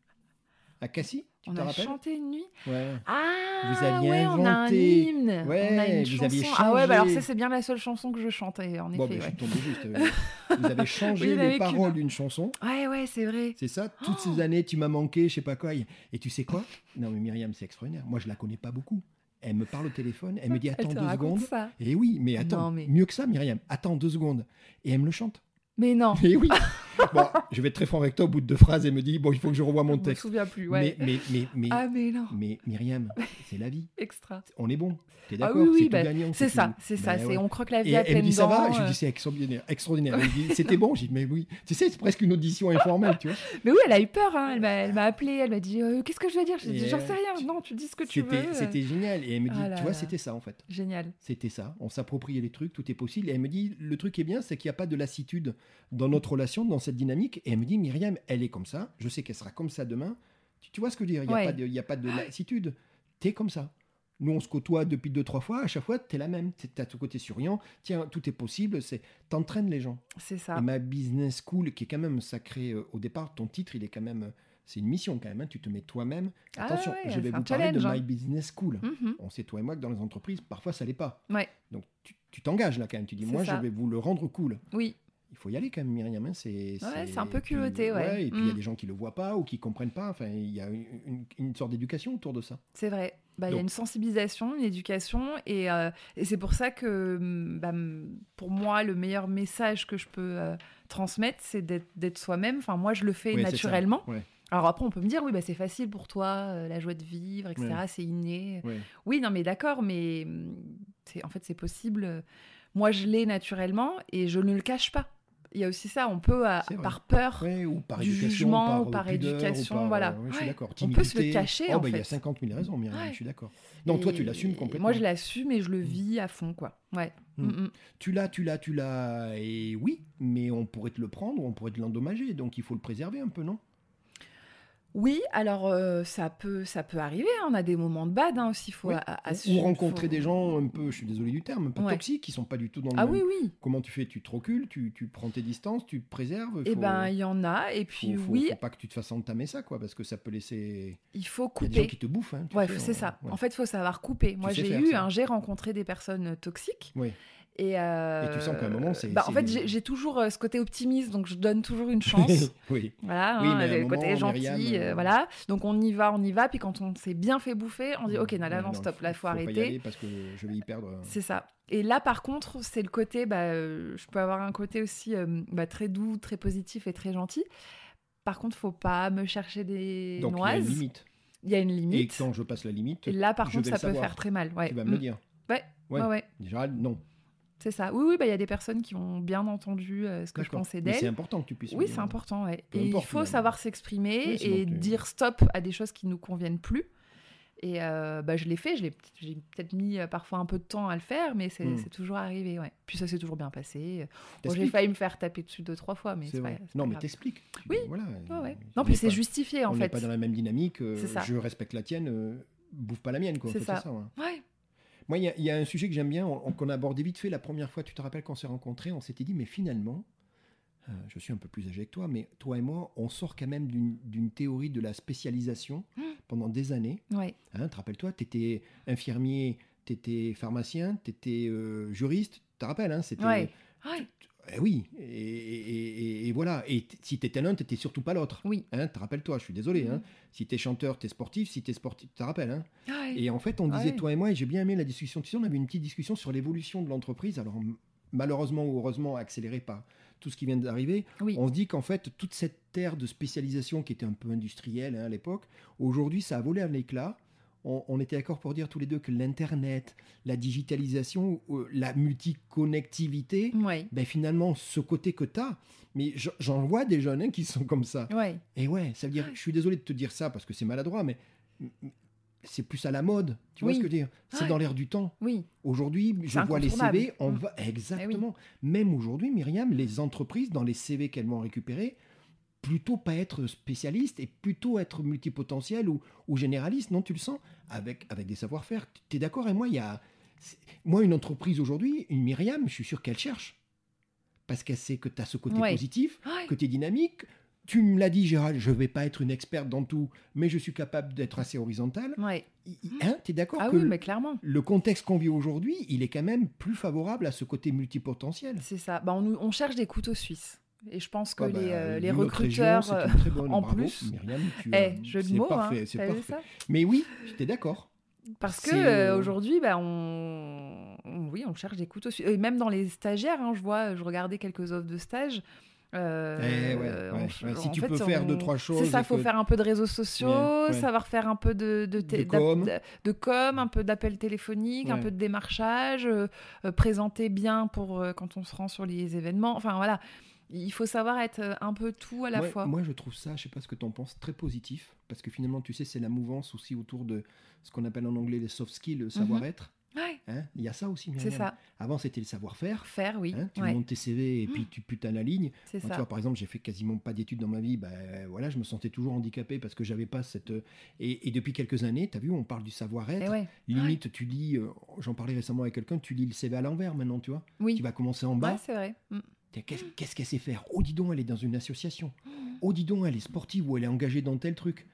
À Cassis, tu
On
te
a
rappelles
chanté une nuit.
Ouais.
Ah,
Vous aviez
ouais, on a un
inventé.
hymne.
Ouais,
on a une
vous
chanson.
aviez
Ah ouais, bah alors
changé.
ça, c'est bien la seule chanson que je chante, et en
Bon,
effet.
ben, je
ouais.
suis tombé juste. euh, vous avez
Oui, il
changé
y en
les
avait qu'une.
paroles d'une chanson.
ouais, ouais, c'est vrai.
C'est ça, toutes
Oh.
ces années, tu m'as manqué, je sais pas quoi. Et et tu sais quoi Non, mais Myriam, c'est extraordinaire. Moi, je la connais pas beaucoup. Elle me parle au téléphone, elle me dit
Elle
Eh, Attends
te
deux
raconte
secondes.
ça.
Et oui, mais attends,
Non, mais-
mieux que ça, Myriam, attends deux secondes. Et elle me le chante.
Mais non,
Et oui Bon, je vais être très franc avec toi, au bout de deux phrases, elle me dit Bon, il faut que je revoie
je
mon
me
texte.
souviens plus. Ouais.
Mais, mais, mais, mais,
Ah mais non,
mais Myriam, c'est la vie.
extra.
On est bon. T'es
Ah
d'accord
oui,
C'est
oui,
tout
bah,
gagnant,
c'est
tout-
ça, c'est ça.
Ben
c'est
ouais.
On croque la
Et
vie à
elle me
pleines
dit ça va,
dents,
je lui
euh.
dis c'est extraordinaire, extraordinaire. Elle me dit, c'était bon, j'ai dit mais oui. Tu sais, c'est presque une audition informelle, tu vois.
Mais oui, elle a eu peur. hein. Elle m'a, elle m'a appelé. Elle m'a dit euh, qu'est-ce que je dois dire. J'ai
Et
dit j'en sais
ouais,
rien.
tu-
Non, tu dis ce que tu
C'était
veux.
c'était génial. Et elle me dit,
Ah là
tu vois,
là.
c'était ça en fait.
Génial.
C'était ça. On s'appropriait les trucs, tout est possible. Et elle me dit, le truc qui est bien, c'est qu'il n'y a pas de lassitude dans notre relation, dans cette dynamique. Et elle me dit, Myriam, elle est comme ça. Je sais qu'elle sera comme ça demain. Tu, tu vois ce que je veux dire Il n'y a,
Ouais.
pas de- il y a pas de lassitude. T'es comme ça. Nous, on se côtoie depuis deux, trois fois. À chaque fois, t'es la même. T'es- T'as tout côté souriant. Tiens, tout est possible. C'est T'entraînes les gens.
C'est ça.
Et ma business school, qui est quand même sacré euh, au départ, ton titre, il est quand même. euh, C'est une mission quand même. hein. Tu te mets toi-même.
Ah
Attention,
ouais,
je vais
c'est
vous
un
parler de
challenge, hein.
My Business School.
Mhm.
On sait, toi et moi, que dans les entreprises, parfois, ça l'est pas.
Ouais.
Donc, tu tu t'engages là quand même. Tu dis,
C'est
moi,
ça.
je vais vous le rendre cool.
Oui.
Il faut y aller quand même, Myriam. hein, C'est
Ouais, c'est un peu
et puis,
culotté, ouais.
Et puis, il y a
Mm.
des gens qui le voient pas ou qui comprennent pas. Enfin, il y a une, une- une sorte d'éducation autour de ça.
C'est vrai. Bah, Il y
Donc-
a une sensibilisation, une éducation, et, euh, et c'est pour ça que, hum, bah, hum, pour moi, le meilleur message que je peux euh, transmettre, c'est d'être d'être soi-même. Enfin, moi, je le fais
Ouais, c'est ça.
naturellement.
Ouais.
Alors après, on peut me dire, oui, bah, c'est facile pour toi, euh, la joie de vivre, etc.
Ouais.
C'est inné.
Ouais.
Oui, non, mais d'accord, mais hum, c'est- en fait, c'est possible. Moi, je l'ai naturellement et je ne le cache pas. Il y a aussi ça, on peut, à-
C'est vrai.
par peur,
Ouais, ou par
Du
éducation,
jugement,
par,
ou par
pudeur,
éducation,
ou par-
voilà.
ouais, je suis
Ouais.
d'accord.
On peut se le
Timidité.
cacher,
Oh,
en
bah, il y a
fait.
50 000 raisons, Myriam.
Ouais.
Je suis d'accord. Non, toi,
Et-
tu l'assumes complètement.
Moi, je l'assume et je le
Mm.
vis à fond, quoi. Ouais.
Mm.
Mm, mm.
Tu l'as, tu l'as, tu l'as. Et oui, mais on pourrait te le prendre, on pourrait te l'endommager. Donc, il faut le préserver un peu, non
Oui, alors euh, ça peut, ça peut arriver. hein. On a des moments de bad hein, aussi. Faut
Oui.
a- a-
Ou-
assumer,
Ou rencontrer
faut-
des gens un peu, je suis désolé du terme, un peu
Ouais.
toxiques, qui sont pas du tout dans le
Ah
même-
oui, oui.
Comment tu fais Tu te recules, tu, tu prends tes distances, tu te préserves
Eh
faut-
ben, il y en a.
faut-
Et puis
faut-
oui,
faut pas que tu te fasses entamer ça, quoi, parce que ça peut laisser.
il faut
Il y a des gens
couper.
qui te bouffent. Hein, tu
Ouais,
sais,
c'est
on-
ça.
ouais.
En fait, faut savoir couper. Moi,
sais
j'ai
faire
eu,
ça.
hein, j'ai rencontré des personnes euh, toxiques.
Oui.
Et, euh,
Et tu sens qu'à un moment, c'est-
Bah, en
c'est-
fait, j'ai- j'ai toujours euh, ce côté optimiste, donc je donne toujours une chance.
oui.
Voilà,
Oui,
hein,
mais à un
le
moment,
côté gentil,
Myriam,
euh,
euh,
voilà. Donc on y va, on y va, puis quand on s'est bien fait bouffer, on dit ok, non, là,
Mm. Ouais,
non, stop, là, faut
pas y
arrêter.
aller parce que je vais y perdre.
C'est ça. Et là, par contre, c'est le côté, bah, euh, je peux avoir un côté aussi euh, bah, très doux, très positif et très gentil. Par contre, faut pas me chercher des
Donc, il y a une
noises.
limite.
Il y a une limite.
Et quand je passe la limite,
Et là, par
je
contre,
vais
ça
le
peut
savoir.
faire très mal. Ouais.
tu vas me le
Mm.
dire.
Ouais,
ouais.
ouais,
Gérald, non.
c'est ça. Oui, oui, bah, il y a des personnes qui ont bien entendu euh, ce que je
D'accord.
pensais
Mais c'est
d'elle.
important que tu puisses. le
Oui,
dire.
c'est important. ouais.
Peu
Et il
importe,
faut
finalement.
savoir s'exprimer
Oui, sinon
et
tu-
dire stop à des choses qui nous conviennent plus. Et euh, bah, je l'ai fait, je l'ai peut- j'ai peut-être mis euh, parfois un peu de temps à le faire, mais c'est
Hmm.
c'est toujours arrivé. Ouais. Puis ça s'est toujours bien passé. Bon,
T'expliques.
J'ai failli me faire taper dessus deux, trois fois, mais c'est pas,
vrai.
c'est pas
Non, mais
grave.
t'expliques. Tu
Oui,
dis, voilà,
Ouais, ouais.
on
Non, puis
n'est
c'est
pas-
justifié en
on
fait.
n'est pas dans la même dynamique. euh,
C'est ça.
je respecte la tienne, euh, bouffe pas la mienne. Quoi.
C'est
Enfin,
ça.
ouais.
Ouais.
Moi, il y a- il y, a un sujet que j'aime bien, on- qu'on a abordé vite fait la première fois, tu te rappelles, quand on s'est rencontrés, on s'était dit, mais finalement, euh, je suis un peu plus âgé que toi, mais toi et moi, on sort quand même d'une d'une théorie de la spécialisation
Ah.
pendant des années.
Ouais.
Hein, te rappelles-toi, tu étais infirmier, tu étais pharmacien, tu étais juriste, tu te rappelles, hein, c'était...
Ouais. Ouais.
Eh oui, et, et- et- et voilà. Et t- si t'étais l'un, t'étais surtout pas l'autre.
Oui.
Hein, te rappelle-toi, je suis désolé. Hein. Si t'es chanteur, t'es sportif. Si t'es sportif, tu te rappelles. Hein.
Ouais.
Et en fait, on
Ah
disait,
ouais.
toi et moi, et j'ai bien aimé la discussion, tu sais, on avait une petite discussion sur l'évolution de l'entreprise. Alors, m- malheureusement ou heureusement, accélérée par tout ce qui vient d'arriver,
Oui.
on se dit qu'en fait, toute cette terre de spécialisation qui était un peu industrielle hein, à l'époque, aujourd'hui, ça a volé un éclat. On, on était d'accord pour dire tous les deux que l'Internet, la digitalisation, euh, la multiconnectivité,
Ouais.
ben finalement, ce côté que tu as, mais j- j'en vois des jeunes hein, qui sont comme ça.
Ouais.
Et ouais, ça veut dire, je suis désolé de te dire ça parce que c'est maladroit, mais m- m- c'est plus à la mode. Tu vois
Oui.
ce que je veux dire C'est
Ouais.
dans l'air du temps.
Oui.
Aujourd'hui, je vois les
incontournable.
CV, on
Mm.
va. Exactement. Même aujourd'hui, Myriam, les entreprises, dans les CV qu'elles vont récupérer, plutôt pas être spécialiste et plutôt être multipotentiel ou, ou généraliste, non, tu le sens, avec, avec des savoir-faire. Tu es d'accord Et moi, il y a. c'est- Moi, une entreprise aujourd'hui, une Myriam, je suis sûr qu'elle cherche. Parce qu'elle sait que tu as ce côté
Ouais.
positif,
Ouais.
côté dynamique. Tu me l'as dit, Gérald, je vais pas être une experte dans tout, mais je suis capable d'être assez horizontal.
Ouais.
I- i- Hein, tu es d'accord
Ah
que
oui, mais clairement.
le contexte qu'on vit aujourd'hui, il est quand même plus favorable à ce côté multipotentiel.
C'est ça. Bah, on, nous- on cherche des couteaux suisses. Et je pense que
Ah bah,
les, euh, les
nous, notre
recruteurs. euh,
région, c'est une très bonne.
en
Bravo,
plus.
Myriam, tu,
euh,
euh,
eh, jeu de
c'est
mots,
parfait,
hein,
c'est
t'as vu
parfait.
ça
Mais oui, j'étais d'accord.
Parce que
C'est,
euh,
euh,
aujourd'hui, bah, on... on- oui, on cherche des couteaux suisses. Et même dans les stagiaires, hein, je vois, je regardais quelques offres de stage. euh,
Eh ouais,
euh,
ouais,
on-
ouais, si
en
tu
fait,
peux faire
on-
deux, trois choses
C'est ça,
et
faut
que-
faire un peu de réseaux sociaux,
Ouais, ouais.
savoir faire un peu de, de, té-
De
d'ap-
com.
de- de com, un peu d'appel téléphonique, un
Ouais.
peu de démarchage, euh, euh, présenter bien pour euh, quand on se rend sur les événements. Enfin voilà, il faut savoir être euh, un peu tout à la
moi,
fois.
moi, je trouve ça, je sais pas ce que tu en penses, très positif. Parce que finalement, tu sais, c'est la mouvance aussi autour de ce qu'on appelle en anglais les soft skills, le savoir-être.
Ouais,
Hein il y a ça aussi,
c'est
Myriam.
ça,
Avant, c'était le savoir-faire.
faire, oui,
Hein, tu
ouais, Mm.
montes tes CV et puis tu putes à la ligne.
c'est
Moi, tu
ça.
vois, par exemple, j'ai fait quasiment pas d'études dans ma vie. Ben, euh, voilà, je me sentais toujours handicapé parce que j'avais pas cette. euh, Et, et depuis quelques années, tu as vu, on parle du
Et
savoir-être.
Eh ouais,
Limite, tu lis. euh, J'en parlais récemment avec quelqu'un. Tu lis le CV à l'envers maintenant, tu vois.
oui,
Tu vas commencer en
ouais,
bas.
c'est vrai. Mm.
t'es, Qu'est-ce qu'est-ce qu'elle sait faire Oh, dis donc, elle est dans une association.
Mm.
Oh, dis donc, elle est sportive ou elle est engagée dans tel truc.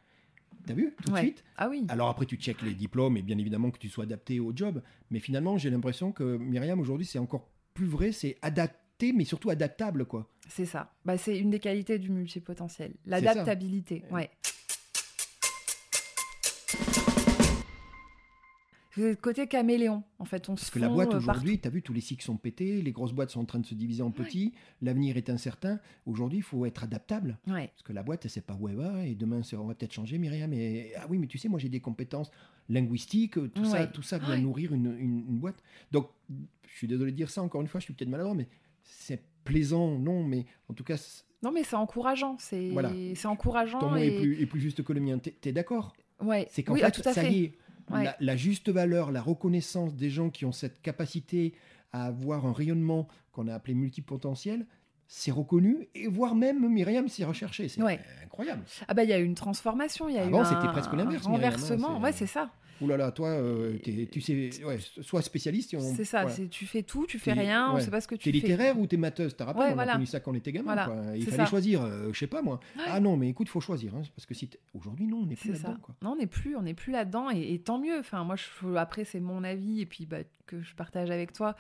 T'as vu tout
Ouais.
de suite
Ah oui.
alors après, tu checkes les diplômes et bien évidemment que tu sois adapté au job. Mais finalement, j'ai l'impression que Myriam, aujourd'hui, c'est encore plus vrai. C'est adapté, mais surtout adaptable, quoi.
C'est ça. Bah, c'est une des qualités du multipotentiel,
ça.
l'adaptabilité.
Euh.
Ouais. Vous êtes côté caméléon, en fait. On euh,
Parce que la boîte aujourd'hui, tu as vu, tous les cycles sont pétés, les grosses boîtes sont en train de se diviser en petits, l'avenir est incertain. Aujourd'hui, il faut être adaptable.
Ouais.
Parce que la boîte, elle sait pas où elle va, et demain, c'est- on va peut-être changer, Myriam. Et, ah oui, mais tu sais, moi, j'ai des compétences linguistiques, euh, tout ça,
Ouais.
tout ça vient
Ouais.
nourrir une, une- une boîte. Donc, je suis désolé de dire ça, encore une fois, je suis peut-être maladroit, mais c'est plaisant, non, mais en tout cas, c-
Non, mais c'est encourageant. C'est
Voilà.
c'est encourageant.
ton mot
et...
est, plus, est plus juste que le mien. T'es t'es d'accord
Ouais.
c'est qu'en
oui,
fait,
ah, tout à
ça
fait.
y est,
Ouais.
la, la juste valeur, la reconnaissance des gens qui ont cette capacité à avoir un rayonnement qu'on a appelé multipotentiel, c'est reconnu, et voire même Myriam s'y recherchée. C'est
Ouais.
incroyable.
Ah bah il y a eu une transformation, il y a
Avant,
eu
c'était
un-
presque
un
l'inverse, Myriam, hein,
renversement.
c'est-
Ouais, c'est ça.
Ouh là là, toi, euh, t'es- tu sais, ouais, sois spécialiste. et on-
C'est ça.
voilà.
c'est- Tu fais tout, tu fais
T'es-
rien. On
ouais.
sait pas ce que tu
T'es
fais.
littéraire ou t'es mateuse T'as rappelé,
Ouais,
on
voilà.
a connu ça quand on était gamin.
Voilà,
quoi. Il
c'est
fallait
ça.
choisir, euh, je sais pas moi.
Ouais.
Ah non, mais écoute, faut choisir. hein, parce que si t'es- aujourd'hui, non, on n'est plus
C'est ça.
là-dedans. quoi.
Non, on n'est plus, on n'est plus là-dedans, et, et tant mieux. Enfin, moi, je- après, c'est mon avis, et puis bah, que je partage avec toi,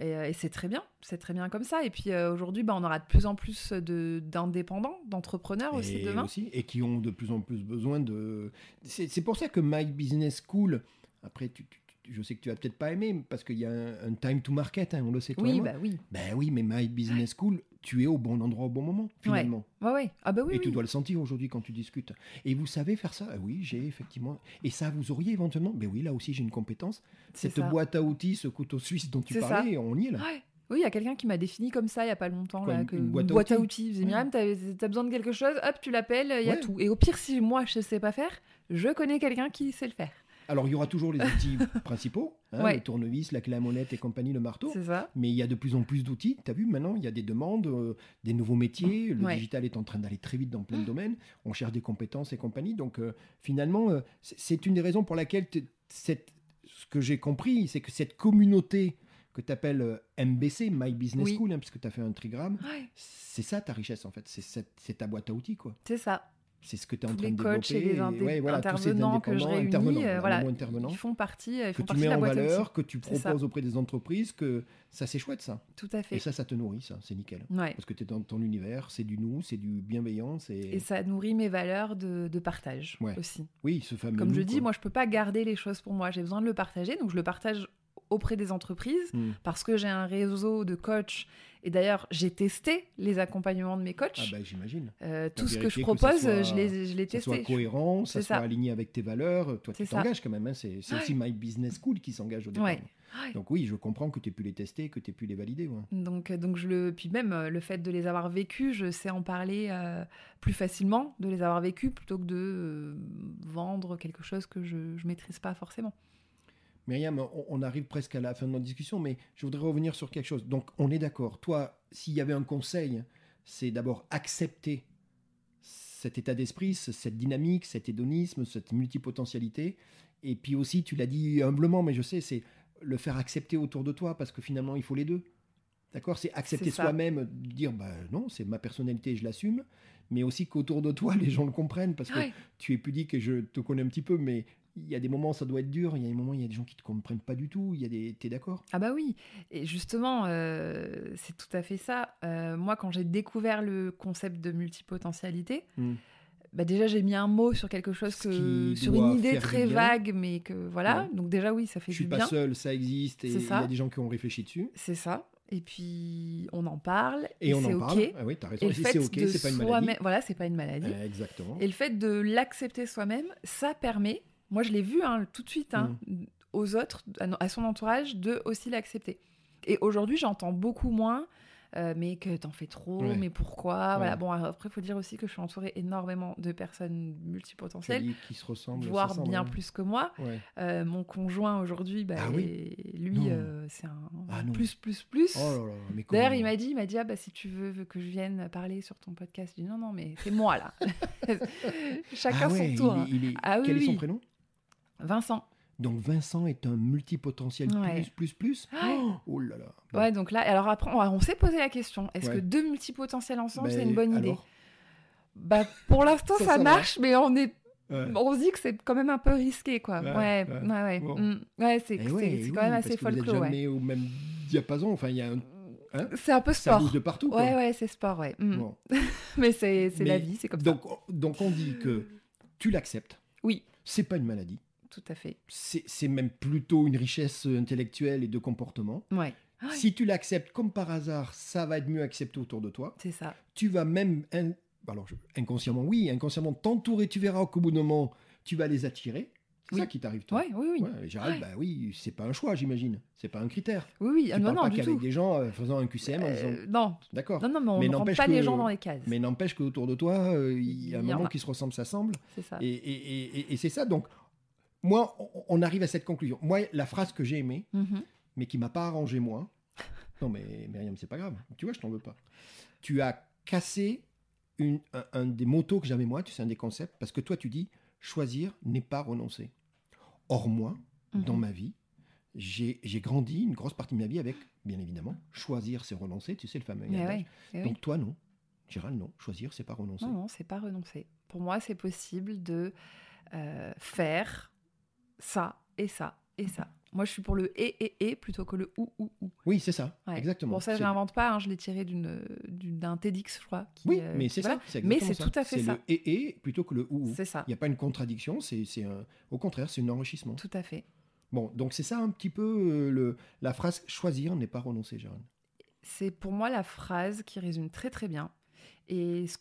et, euh, et c'est très bien, c'est très bien comme ça. Et puis euh, aujourd'hui, bah, on aura de plus en plus de d'indépendants, d'entrepreneurs aussi
et
demain.
aussi- et qui ont de plus en plus besoin de. C'est c'est pour ça que My Business School. Après, tu- tu- tu- je sais que tu vas peut-être pas aimer parce qu'il y a un, un time to market. hein, on le sait toi et
Oui,
moi.
bah oui,
Ben oui, mais My Business School, tu es au bon endroit au bon moment finalement.
ouais, ouais. Ah bah oui,
et tu
oui.
dois le sentir aujourd'hui quand tu discutes. Et vous savez faire ça Ah Oui, j'ai effectivement. Et ça, vous auriez éventuellement. Ben oui, là aussi, j'ai une compétence.
C'est
Cette
ça.
boîte à outils, ce couteau suisse dont tu
C'est ça.
parlais, on y est là.
Ouais. Oui, il y a quelqu'un qui m'a défini comme ça il y a pas longtemps
Quoi,
là,
une-
que
une boîte à
à
outils
outils. Il faisait,
Ouais.
Myriam, t'as t'as besoin de quelque chose, hop, tu l'appelles, il y a
Ouais.
tout. Et au pire, si moi je sais pas faire, je connais quelqu'un qui sait le faire.
Alors, il y aura toujours les outils principaux hein,
Ouais.
le tournevis, la clé à molette et compagnie, le marteau.
C'est ça.
Mais il y a de plus en plus d'outils. Tu as vu, maintenant, il y a des demandes, euh, des nouveaux métiers. Le
Ouais. Ah.
digital est en train d'aller très vite dans plein de domaines. On cherche des compétences et compagnie. Donc, euh, finalement, euh, c'est- c'est une des raisons pour laquelle t- cette ce que j'ai compris, c'est que cette communauté que euh, tu appelles MBC, My Business
Oui.
School, hein, puisque tu as fait un trigramme,
Ouais,
c'est ça ta richesse en fait, c'est cette- c'est ta boîte à outils quoi.
c'est ça.
C'est ce que tu es en
Tous
train
les
de développer.
coachs et les indé-
ouais, voilà, tous ces
intervenants que je
indépendants,
réunis,
intervenants,
euh,
voilà,
voilà,
vraiment intervenants,
Ils font partie,
que
ils font
tu
partie
mets
de la
en
boîte à
valeur,
outils.
que tu
C'est ça.
proposes auprès des entreprises, que ça c'est chouette ça.
Tout à fait.
Et ça, ça te nourrit ça, c'est nickel.
Ouais.
Parce que tu es dans ton univers, c'est du nous, c'est du bienveillant,
Et
c'est...
ça nourrit mes valeurs de, de partage
Ouais.
aussi.
Oui, ce fameux...
Comme je
nous,
dis,
quoi.
moi, je peux pas garder les choses pour moi. J'ai besoin de le partager, donc je le partage auprès des entreprises
Hmm.
parce que j'ai un réseau de coachs. Et d'ailleurs, j'ai testé les accompagnements de mes coachs.
Ah bah j'imagine.
Euh, tout ce que je
vérifier que ça
propose,
soit-
je l'ai je l'ai
Ça soit
testé.
cohérent, ça
C'est ça.
soit aligné avec tes valeurs. Toi, tu
C'est ça.
t'engages quand même. hein, C'est c'est aussi My Business School qui s'engage au départ.
Ouais. Ouais.
Donc oui, je comprends que tu aies pu les tester, que tu aies pu les valider. ouais.
Donc, euh, donc je le, puis même euh, le fait de les avoir vécus, je sais en parler euh, plus facilement de les avoir vécus plutôt que de euh, vendre quelque chose que je, je maîtrise pas forcément.
Myriam, on, on arrive presque à la fin de notre discussion, mais je voudrais revenir sur quelque chose. Donc, on est d'accord. Toi, s'il y avait un conseil, c'est d'abord accepter cet état d'esprit, ce- cette dynamique, cet hédonisme, cette multipotentialité. Et puis aussi, tu l'as dit humblement, mais je sais, c'est le faire accepter autour de toi, parce que finalement, il faut les deux. D'accord C'est accepter
C'est ça.
soi-même, dire, bah non, c'est ma personnalité, je l'assume, mais aussi qu'autour de toi, les gens le comprennent, parce que
Ouais.
tu es pudique et je te connais un petit peu, mais il y a des moments où ça doit être dur, il y a des moments où il y a des gens qui te comprennent pas du tout, il y a des... T'es d'accord
Ah bah oui, et justement, euh, c'est tout à fait ça. Euh, moi, quand j'ai découvert le concept de multipotentialité,
Mm.
bah déjà j'ai mis un mot sur quelque chose
Ce
que
qui
sur
doit
une idée
faire du
très
bien.
vague, mais que voilà. Donc déjà oui, ça fait
Je suis
du
pas
bien.
seul, ça existe, et
C'est
il y
ça.
a des gens qui ont réfléchi dessus.
C'est ça. Et puis on en parle.
Et, on
c'est
en
ok.
parle. Ah oui, t'as raison.
Et le
Et
fait
c'est ok,
de
c'est pas une
soi-même-
maladie.
Voilà, c'est pas une maladie.
Euh, exactement.
Et le fait de l'accepter soi-même, ça permet, moi je l'ai vu hein, tout de suite, hein,
Mm.
aux autres, à no- à son entourage, de aussi l'accepter. Et aujourd'hui, j'entends beaucoup moins, euh, mais que t'en fais trop,
Ouais.
mais pourquoi
Ouais.
Voilà. Bon, après, il faut dire aussi que je suis entourée énormément de personnes
Tu as
multipotentielles,
dit qui se ressemblent.
voire
ça semble,
bien
hein.
plus que moi.
Ouais.
Euh, mon conjoint aujourd'hui, bah,
Ah oui
est- lui,
Non.
euh, c'est un
Ah non.
plus, plus, plus.
Oh là là, mais comment-
D'ailleurs, il m'a dit, il m'a dit, ah bah si tu veux, veux que je vienne parler sur ton podcast, j'ai dit non, non, mais c'est moi là. Chacun
Ah ouais,
son tour.
il est-
hein.
il est-
Ah oui,
Quel est son
oui.
prénom
Vincent.
Donc Vincent est un multipotentiel
Ouais. Ah
plus, plus, plus.
Ouais.
Oh là là. Bon.
Ouais, donc là, alors après, on, on s'est posé la question, est-ce
Ouais.
que deux multipotentiels ensemble,
Ben,
c'est une bonne idée
alors
Bah pour l'instant,
Ça,
ça,
ça va.
marche, mais on est,
Ouais.
on se dit que c'est quand même un peu risqué, quoi.
Ouais,
Ouais, ouais,
ouais.
ouais. Ouais,
Bon.
Mm. Ouais, c'est
Eh
c'est-
ouais,
c'est
oui,
quand même
parce
assez
que vous êtes
folklore, ouais.
jamais au même diapason. Enfin, il y a un... hein
C'est un peu
Ça
sport.
bouge de partout. quoi.
Ouais, ouais, c'est sport, ouais. Mm.
Bon.
Mais c'est c'est la
Mais
vie, c'est comme
Donc, on- donc on dit que tu l'acceptes.
Oui.
C'est pas une maladie.
ça. Tout à fait.
C'est c'est même plutôt une richesse euh, intellectuelle et de comportement.
Ouais, Ouais.
Si tu l'acceptes comme par hasard, ça va être mieux accepté autour de toi.
c'est ça.
Tu vas même, in- alors je- inconsciemment, oui, inconsciemment t'entourer. Tu verras qu'au bout d'un moment, tu vas les attirer. C'est
Oui.
ça qui t'arrive, toi.
Ouais, oui, oui.
Ouais, et Gérald,
Ouais.
bah oui, c'est pas un choix, j'imagine. C'est pas un critère.
Oui, oui,
Tu
ah, non,
parles
non,
pas
du
qu'avec
tout.
des gens euh, faisant un QCM en
Euh,
disant,
non,
d'accord.
non, non, mais on
Mais
ne rend
n'empêche
pas
que-
les gens dans les cases.
Mais n'empêche qu'autour de toi, euh, il y a un
Il y en
moment
a.
qui se ressemble, ça semble.
C'est ça.
Et, et- et- et- et c'est ça. Donc, moi, on- on arrive à cette conclusion. Moi, la phrase que j'ai aimée,
Mhm.
mais qui m'a pas arrangé, moi. Non, mais Myriam, c'est pas grave. Tu vois, je t'en veux pas. Tu as cassé une, un, un des motos que j'avais moi, tu sais, un des concepts, parce que toi, tu dis choisir n'est pas renoncer. Or, moi,
Mhm.
dans ma vie, j'ai j'ai grandi une grosse partie de ma vie avec, bien évidemment, choisir, c'est renoncer. Tu sais, le fameux.
Mais
adage.
ouais, mais oui.
Donc, toi, non. Gérald, non. Choisir, c'est pas renoncer.
Non, non, c'est pas renoncer. Pour moi, c'est possible de euh, faire ça et ça et ça. Moi, je suis pour le et et et plutôt que le ou ou ou.
Oui, c'est ça.
Ouais.
Exactement.
Bon, ça, je
C'est-
l'invente pas. hein, je l'ai tiré d'une- d'une- d'un TEDx, je crois. qui,
Oui,
euh,
mais
qui-
c'est
voilà.
ça.
Mais
exactement
c'est
ça.
tout à fait
C'est
ça.
le et et plutôt que le ou ou.
C'est ça.
Il n'y a pas une contradiction, c'est c'est un... au contraire, c'est un enrichissement.
Tout à fait.
Bon, donc c'est ça un petit peu euh, le... la phrase choisir n'est pas renoncer, Gérald.
C'est pour moi la phrase qui résume très très bien. Et ce,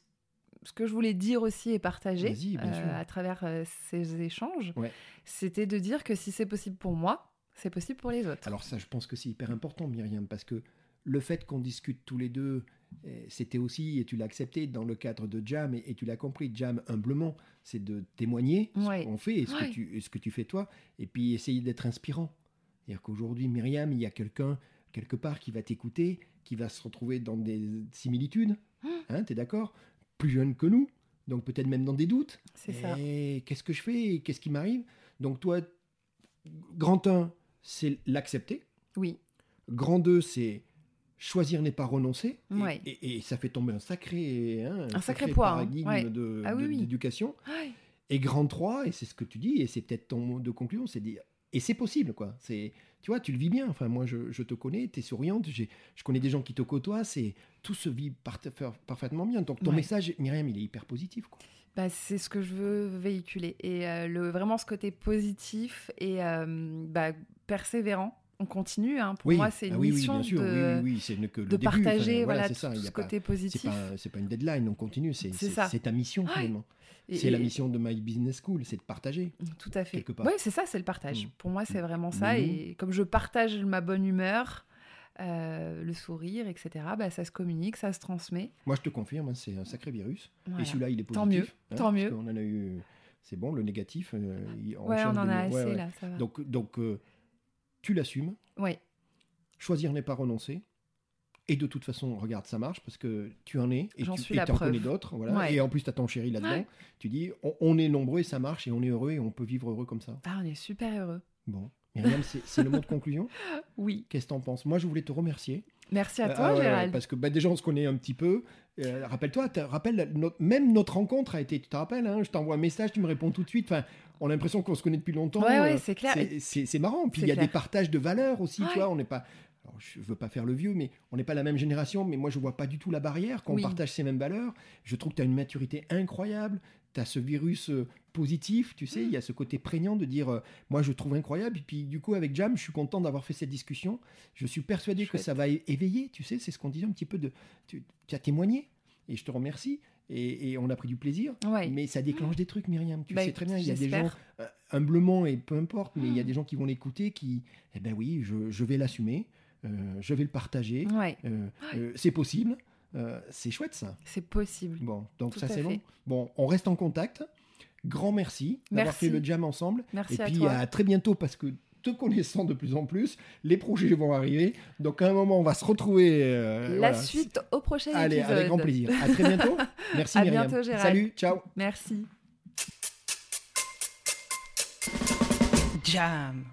ce que je voulais dire aussi et partager
Vas-y, bien sûr.
à travers euh, ces échanges,
Ouais.
c'était de dire que si c'est possible pour moi, c'est possible pour les autres.
Alors ça, je pense que c'est hyper important, Myriam, parce que le fait qu'on discute tous les deux, eh, c'était aussi, et tu l'as accepté dans le cadre de Jam, et, et tu l'as compris, Jam, humblement, c'est de témoigner
Ouais.
ce qu'on fait et ce,
Ouais.
que tu, et ce que tu fais toi, et puis essayer d'être inspirant. C'est-à-dire qu'aujourd'hui, Myriam, il y a quelqu'un, quelque part, qui va t'écouter, qui va se retrouver dans des similitudes,
Mmh.
hein, t'es d'accord Plus jeune que nous, donc peut-être même dans des doutes.
C'est ça.
Et qu'est-ce que je fais Qu'est-ce qui m'arrive Donc toi, Grand 1, c'est l'accepter.
Oui.
Grand 2, c'est choisir n'est pas renoncer. Et-
Ouais.
Et, et ça fait tomber un sacré, hein,
sacré poids, hein.
paradigme
Ouais.
de-
Ah oui,
de-
oui.
d'éducation.
Ouais.
Et grand 3, et c'est ce que tu dis, et c'est peut-être ton mot de conclusion, c'est dire. Et c'est possible, quoi. C'est, tu vois, tu le vis bien. Enfin, moi, je, je te connais, tu es souriante, j'ai- je connais des gens qui te côtoient, c'est, tout se vit par- par- parfaitement bien. Donc, ton
Ouais.
message, Myriam, il est hyper positif, quoi.
Bah, c'est ce que je veux véhiculer. Et euh, le, vraiment ce côté positif et euh, bah, persévérant. On continue. hein. Pour moi, c'est une
ah oui, oui,
mission
bien sûr,
de,
oui, oui, oui, c'est ne- que le
de
début, enfin,
partager
voilà,
voilà,
c'est ça,
tout
il y
ce
a pas-
côté
c'est
positif.
pas, c'est pas une deadline, on continue, c'est,
C'est
c'est,
ça.
c'est ta mission,
Ouais.
finalement.
Et-
c'est la
et-
mission de My Business School, c'est de partager.
Tout à fait.
quelque part.
Oui, c'est ça, c'est le partage.
Mm.
Pour moi, c'est
Mm.
vraiment ça.
Mais
Et comme je partage ma bonne humeur, euh, le sourire, etc., bah, ça se communique, ça se transmet.
Moi, je te confirme, hein, c'est un sacré virus.
Voilà.
Et celui-là, il est positif. hein,
Tant mieux, tant
parce
mieux.
qu'on en a eu. C'est bon, le négatif. euh, il-
ouais, on
change
en
de-
a assez
ouais, ouais.
là, ça va.
Donc, donc euh, tu l'assumes.
Ouais.
Choisir n'est pas renoncer. Et de toute façon, regarde, ça marche parce que tu en es et
J'en
tu
suis
et
la
t'en
preuve.
connais d'autres. Voilà.
Ouais.
Et en plus, tu as ton chéri là-dedans.
Ouais.
Tu dis, on, on est nombreux et ça marche et on est heureux et on peut vivre heureux comme ça.
Ah, on est super heureux.
Bon. Myriam, c'est c'est le mot de conclusion.
Oui.
Qu'est-ce que t'en penses Moi, je voulais te remercier.
Merci à
Euh,
toi,
ah ouais, ouais,
Gérald.
parce que bah, déjà, on se connaît un petit peu. Euh, Rappelle-toi, t'as- rappelle, notre- même notre rencontre a été, tu te rappelles, hein, je t'envoie un message, tu me réponds tout de suite. Enfin, on a l'impression qu'on se connaît depuis longtemps.
ouais, ouais,
Euh,
c'est clair.
c'est- C'est c'est marrant. Puis
C'est
il y a
clair. Ah
des partages de valeurs aussi,
Ouais.
tu vois. On n'est pas. Alors, je veux pas faire le vieux, mais on n'est pas la même génération. Mais moi, je vois pas du tout la barrière quand
Oui.
on partage ces mêmes valeurs. Je trouve que tu as une maturité incroyable. Tu as ce virus euh, positif, tu
Mm.
sais. Il y a ce côté prégnant de dire euh, Moi, je trouve incroyable. Et puis, du coup, avec Jam, je suis content d'avoir fait cette discussion. Je suis persuadé que
Chouette.
ça va é- éveiller, tu sais. C'est ce qu'on disait un petit peu de. Tu, tu as témoigné et je te remercie. Et, et on a pris du plaisir.
Ouais.
Mais ça déclenche des trucs, Myriam. Tu
Bah,
sais très bien, il y a des gens
j'espère.
euh, humblement et peu importe, mais il y
Hmm.
a des gens qui vont l'écouter qui, eh ben oui, je, je vais l'assumer, euh, je vais le partager,
Hmm. Ouais,
euh, euh, c'est possible, euh, c'est chouette ça.
c'est possible.
Bon, donc
Tout
ça
à
c'est
fait.
bon. Bon, on reste en contact. Grand merci d'avoir
Merci.
fait le jam ensemble.
Merci
et
à
puis
toi.
à très bientôt parce que te connaissant de plus en plus, les projets vont arriver. Donc à un moment, on va se retrouver. euh,
La
voilà.
suite au prochain
Allez,
épisode.
avec grand plaisir. À très bientôt. Merci
À
Myriam.
bientôt, Gérald.
Salut, ciao.
Merci.
Jam.